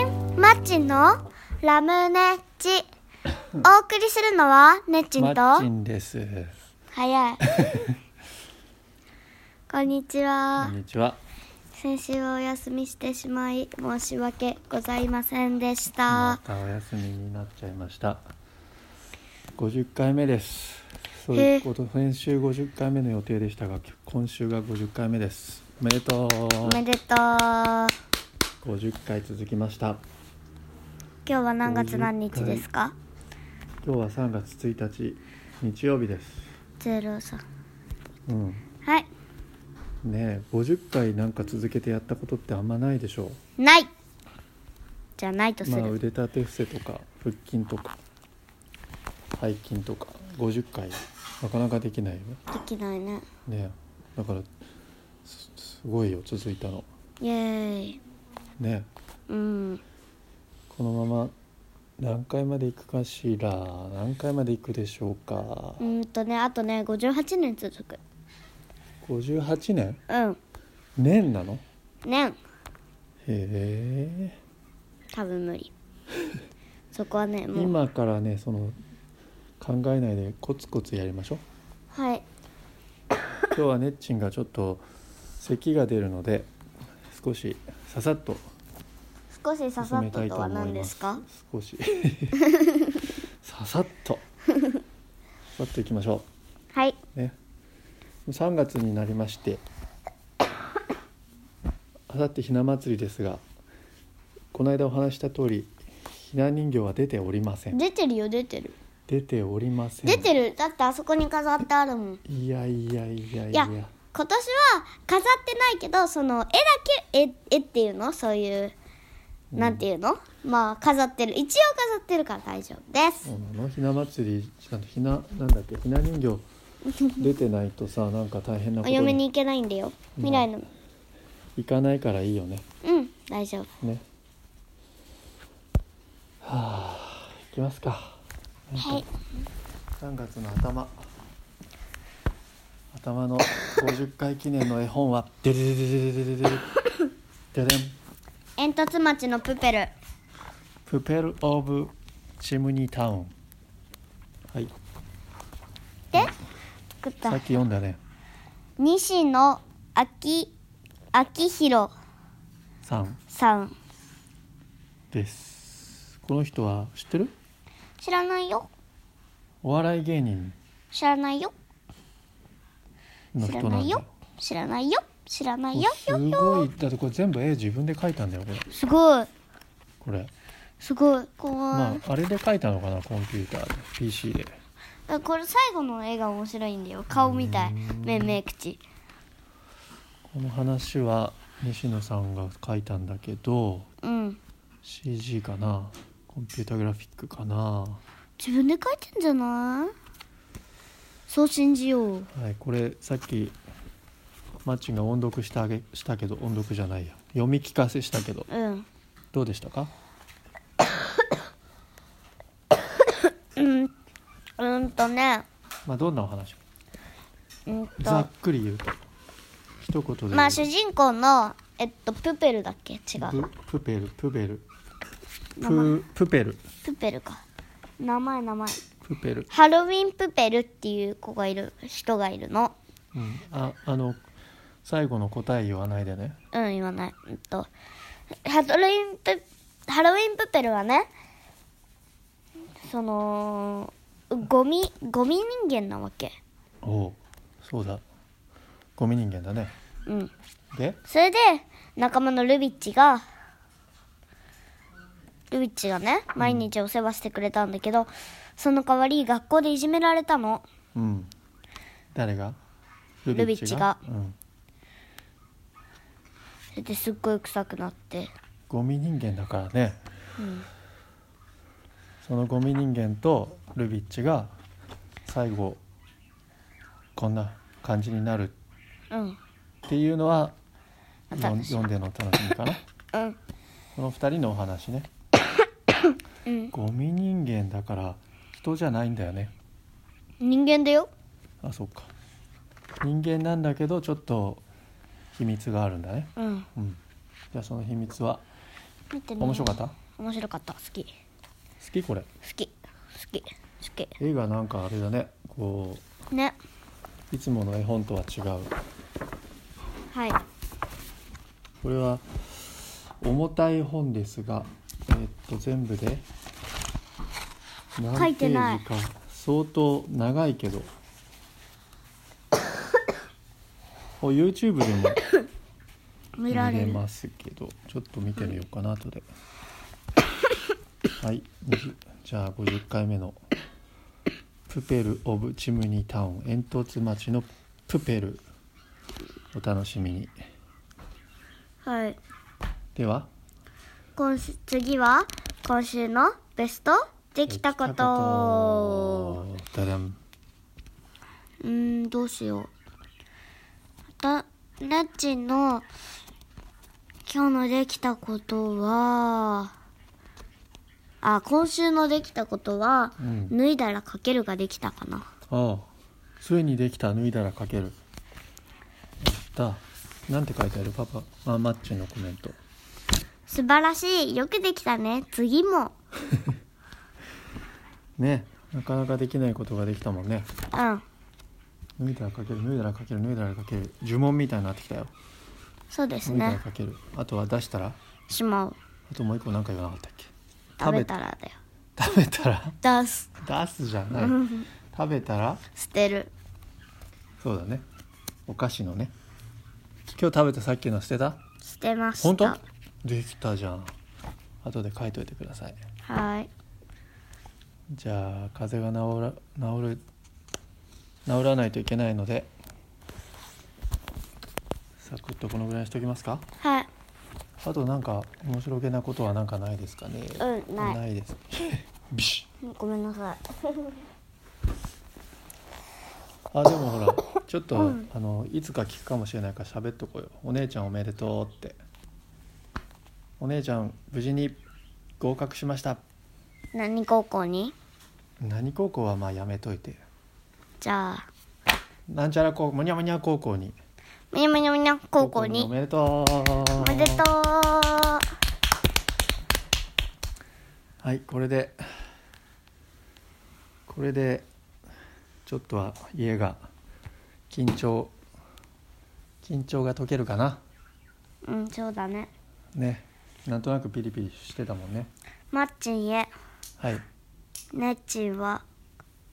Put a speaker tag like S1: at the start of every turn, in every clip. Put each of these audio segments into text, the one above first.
S1: ッチンのラムネッチお送りするのはネッチ
S2: マ
S1: ン
S2: ッ
S1: と
S2: チンです。
S1: 早い こんにち
S2: こ
S1: は
S2: んにちは。
S1: 先週お休みしてしまい申し訳ございませんでし
S2: ま
S1: た
S2: たお休みになっちゃいました。50回目です。そう
S1: へ
S2: い
S1: え
S2: うこと、先週50回目の予定でしたが、今週が50回目です。おめでと
S1: お
S2: う。
S1: めでとう今
S2: 50回続きました。
S1: 日は何月何日ですか
S2: 今日は3月1日、日曜日です。
S1: ゼロさん
S2: うん。
S1: はい
S2: ねえ、50回なんか続けてやったことってあんまないでしょ
S1: ないじゃないと
S2: う。
S1: す
S2: ま
S1: る、
S2: あ、腕立て伏せとか、腹筋とか。背筋とか、50回、なかなかできないよね。
S1: できないね
S2: ねだからすすごいよ続いたの
S1: イエーイ
S2: ね
S1: うん
S2: このまま何回まで行くかしら何回まで行くでしょうか
S1: う、ーんとねあとね58年続く
S2: 58年
S1: うん
S2: 年なの
S1: 年
S2: へえ
S1: 多分無 理そこはねもう
S2: 今からねその考えないでコツコツやり ましょう
S1: はい
S2: 今日はねっちんがちょっと咳が出るので少しささっと
S1: 少しさ
S2: 進
S1: さ
S2: め
S1: ったと
S2: いと
S1: とは
S2: 思
S1: 何
S2: い
S1: で
S2: ますす
S1: か
S2: 少しささっとさっといきましょう
S1: はい
S2: ね、3月になりましてあさってひな祭りですがこの間お話しした通りひな人形は出ておりません
S1: 出てるよ出てる
S2: 出ておりません
S1: 出てるだってあそこに飾ってあるもん
S2: いやいやいやい
S1: いや今
S2: や
S1: 年は飾ってないけどその絵だけ絵絵っていうのそういうなんていうの、まあ飾ってる一応飾ってるから大丈夫です、
S2: そうなのひな祭りあのひななんだっけひな人形出てないとさなんか大変な
S1: お
S2: こと
S1: 嫁に
S2: に
S1: 行けないんだよ
S2: うん
S1: 未来の
S2: 行かないからいいよね
S1: うん大丈夫
S2: ねはあ行きますか
S1: はい
S2: 3月の頭頭の50回記念の絵本は「でででででででででででん
S1: 煙突町のプペル
S2: プペル・オブ・チムニー・タウン」はい
S1: で作っ
S2: さ
S1: た
S2: っき読んだね
S1: 西野秋秋広
S2: 3
S1: さん
S2: ですこの人は知ってる
S1: 知らないよ
S2: お笑い芸人
S1: 知らないよ
S2: の
S1: 知ら
S2: 人
S1: な
S2: なん
S1: い
S2: だ
S1: よ
S2: よ
S1: 知らないよ知らない
S2: もう
S1: よ
S2: すごいだってこれ全部絵自分で描いたんだよこれ
S1: すごい
S2: これ
S1: すごい怖い、
S2: まああれで描いたのかなコンピューターで PC で
S1: あこれ最後の絵が面白いんだよ顔みたい目目口
S2: この話は西野さんが描いたんだけど
S1: うん
S2: CG かなコンピュータグラフィックかなは
S1: 自分で描いてんじゃないそう信じよう
S2: いこれさっきマッチンが音読したあげしたけど音読じゃないや読み聞かせしたけど
S1: うん
S2: どうでしたか
S1: うんとね
S2: まあどんなお話
S1: うんと
S2: ざっくり言うと一言で言う
S1: まあ主人公のえっとプペルだっけ違う
S2: ププペルプペル
S1: 名
S2: ププペル
S1: プペルか名前名前
S2: プペル、
S1: ハロウィンプペルっていう子がいる人がいるの
S2: うん、ああの最後の答え言わないでね
S1: うん言わないうんとハロウィンプハロウィンプペルはねそのゴミゴミ人間なわけ
S2: おおうそうだゴミ人間だね
S1: うん
S2: で
S1: それで仲間のルビッチがルビッチがね毎日お世話してくれたんだけど、その代わり学校でいじめられたの
S2: うん誰がル
S1: ビッチが
S2: うん
S1: それですっごい臭くなって
S2: ゴミ人間だからね、そのゴミ人間とルビッチが最後こんな感じになる
S1: うん
S2: っていうのは
S1: お
S2: よん
S1: 楽し
S2: 読んでのお楽しみかな
S1: うん
S2: この2人のお話ね、
S1: うん
S2: ゴミ人間だから人じゃないんだよね
S1: 人間だよ
S2: あそっか人間なんだけどちょっと秘密があるんだね
S1: うん
S2: うんじゃあその秘密は
S1: 見てね
S2: 面白かった
S1: た面白かった好き好
S2: 好きこれ
S1: き好き好
S2: 絵がなんかあれだねこ
S1: きね
S2: ういつもの絵本とは違う
S1: はい
S2: これは重たい本ですがえーっと全部で何
S1: 書いてない
S2: ページか相当長いけどお YouTube でも
S1: 見られる
S2: ますけどちょっと見てみようかな後ではい20じゃあ50回目の「プペル・オブ・チムニー・タウン煙突町のプペル」お楽しみに
S1: はい
S2: では
S1: 今週次は今週のベストできたこと
S2: ダダン
S1: うーんどうしようまたなっちの今日のできたことはあ今週のできたことは、
S2: うん
S1: 脱いだらかけるができたかな
S2: ああ杖にできた脱いだらかけるやったなんて書いてあるパパあマッチのコメント
S1: 素晴らしいよくできたね次も
S2: ねなかなかできないことができたもんね
S1: うん
S2: 脱いだらかける脱いだらかける脱いだらかける呪文みたいになってきたよ
S1: そうです
S2: 脱いだら
S1: ね
S2: かけるあとは出したら
S1: しまう
S2: あともう一個何か言わなかったっけ
S1: 食べたらだよ
S2: 食べ食べた
S1: 出す
S2: ら出すじゃない食べたら
S1: 捨てる
S2: そうだねお菓子のね今日食べたさっきの捨てた
S1: 捨てました
S2: 本当できたじゃん後で書いといてください
S1: はい
S2: じゃあ風邪が治ら治る治らないといけないのでサクッとこのぐらいにしときますか
S1: はい
S2: あとなんか面白げなことはなんかないですかね
S1: うんない
S2: です ビシ
S1: ごめんなさい
S2: ッあでもほらちょっと、あのいつか聞くかもしれないから喋っとこうよお姉ちゃんおめでとうってお姉ちゃん無事に合格しました
S1: 何高校に
S2: 何高校はまあやめといて
S1: じゃあ
S2: なんちゃら高校もにゃもにゃ高校に
S1: みにゃみにゃみにゃ高校に
S2: おめでとう
S1: おめでとう
S2: はいこれでこれでちょっとは家が緊張緊張が解けるかな
S1: うんそうだね
S2: ねなんとなくピリピリしてたもんね
S1: マッチンへ
S2: はい
S1: ネッチンは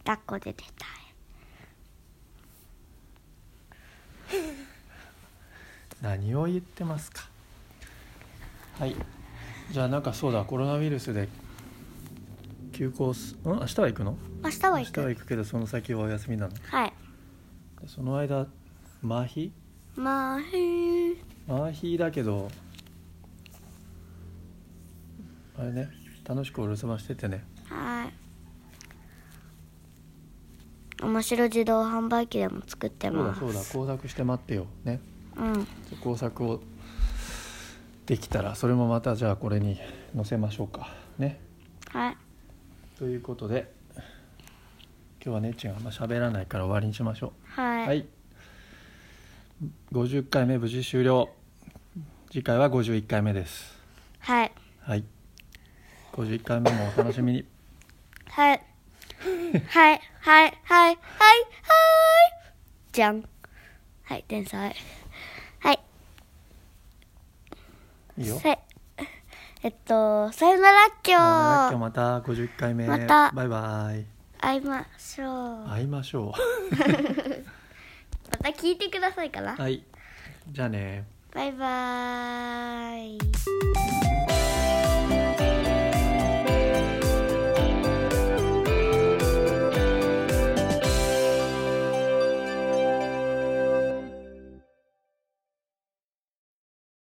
S1: 抱っこで出たい
S2: 何を言ってますかはいじゃあなんかそうだコロナウイルスで休校すん明日は行くの
S1: 明日は
S2: 明
S1: 行
S2: 日
S1: く
S2: は行くけどその先はお休みなの
S1: はい
S2: その間麻痺
S1: まあへー
S2: 麻痺だけどあれね楽しくお留守番しててね
S1: はい面白自動販売機でも作って
S2: そうだ
S1: ます
S2: そうだ工作して待ってよね
S1: うん
S2: 工作をできたらそれもまたじゃあこれに載せましょうかね
S1: はい
S2: ということで今日はねっちがあんま喋らないから終わりにしましょう
S1: はい、
S2: はい50回目無事終了次回は51回目です
S1: はい
S2: はい51回目もお楽しみに
S1: はい。はい、はい、はい、はい、はい。じゃん。はい、天才。はい、
S2: いいよ
S1: さい。えっと、さよならっきょ
S2: あー今日
S1: う。
S2: また50回目
S1: また
S2: バイバイ
S1: 会いましょう。ま
S2: 会いましょ
S1: た聞いてくださいかな。
S2: うはいじゃあね
S1: バイバーイ。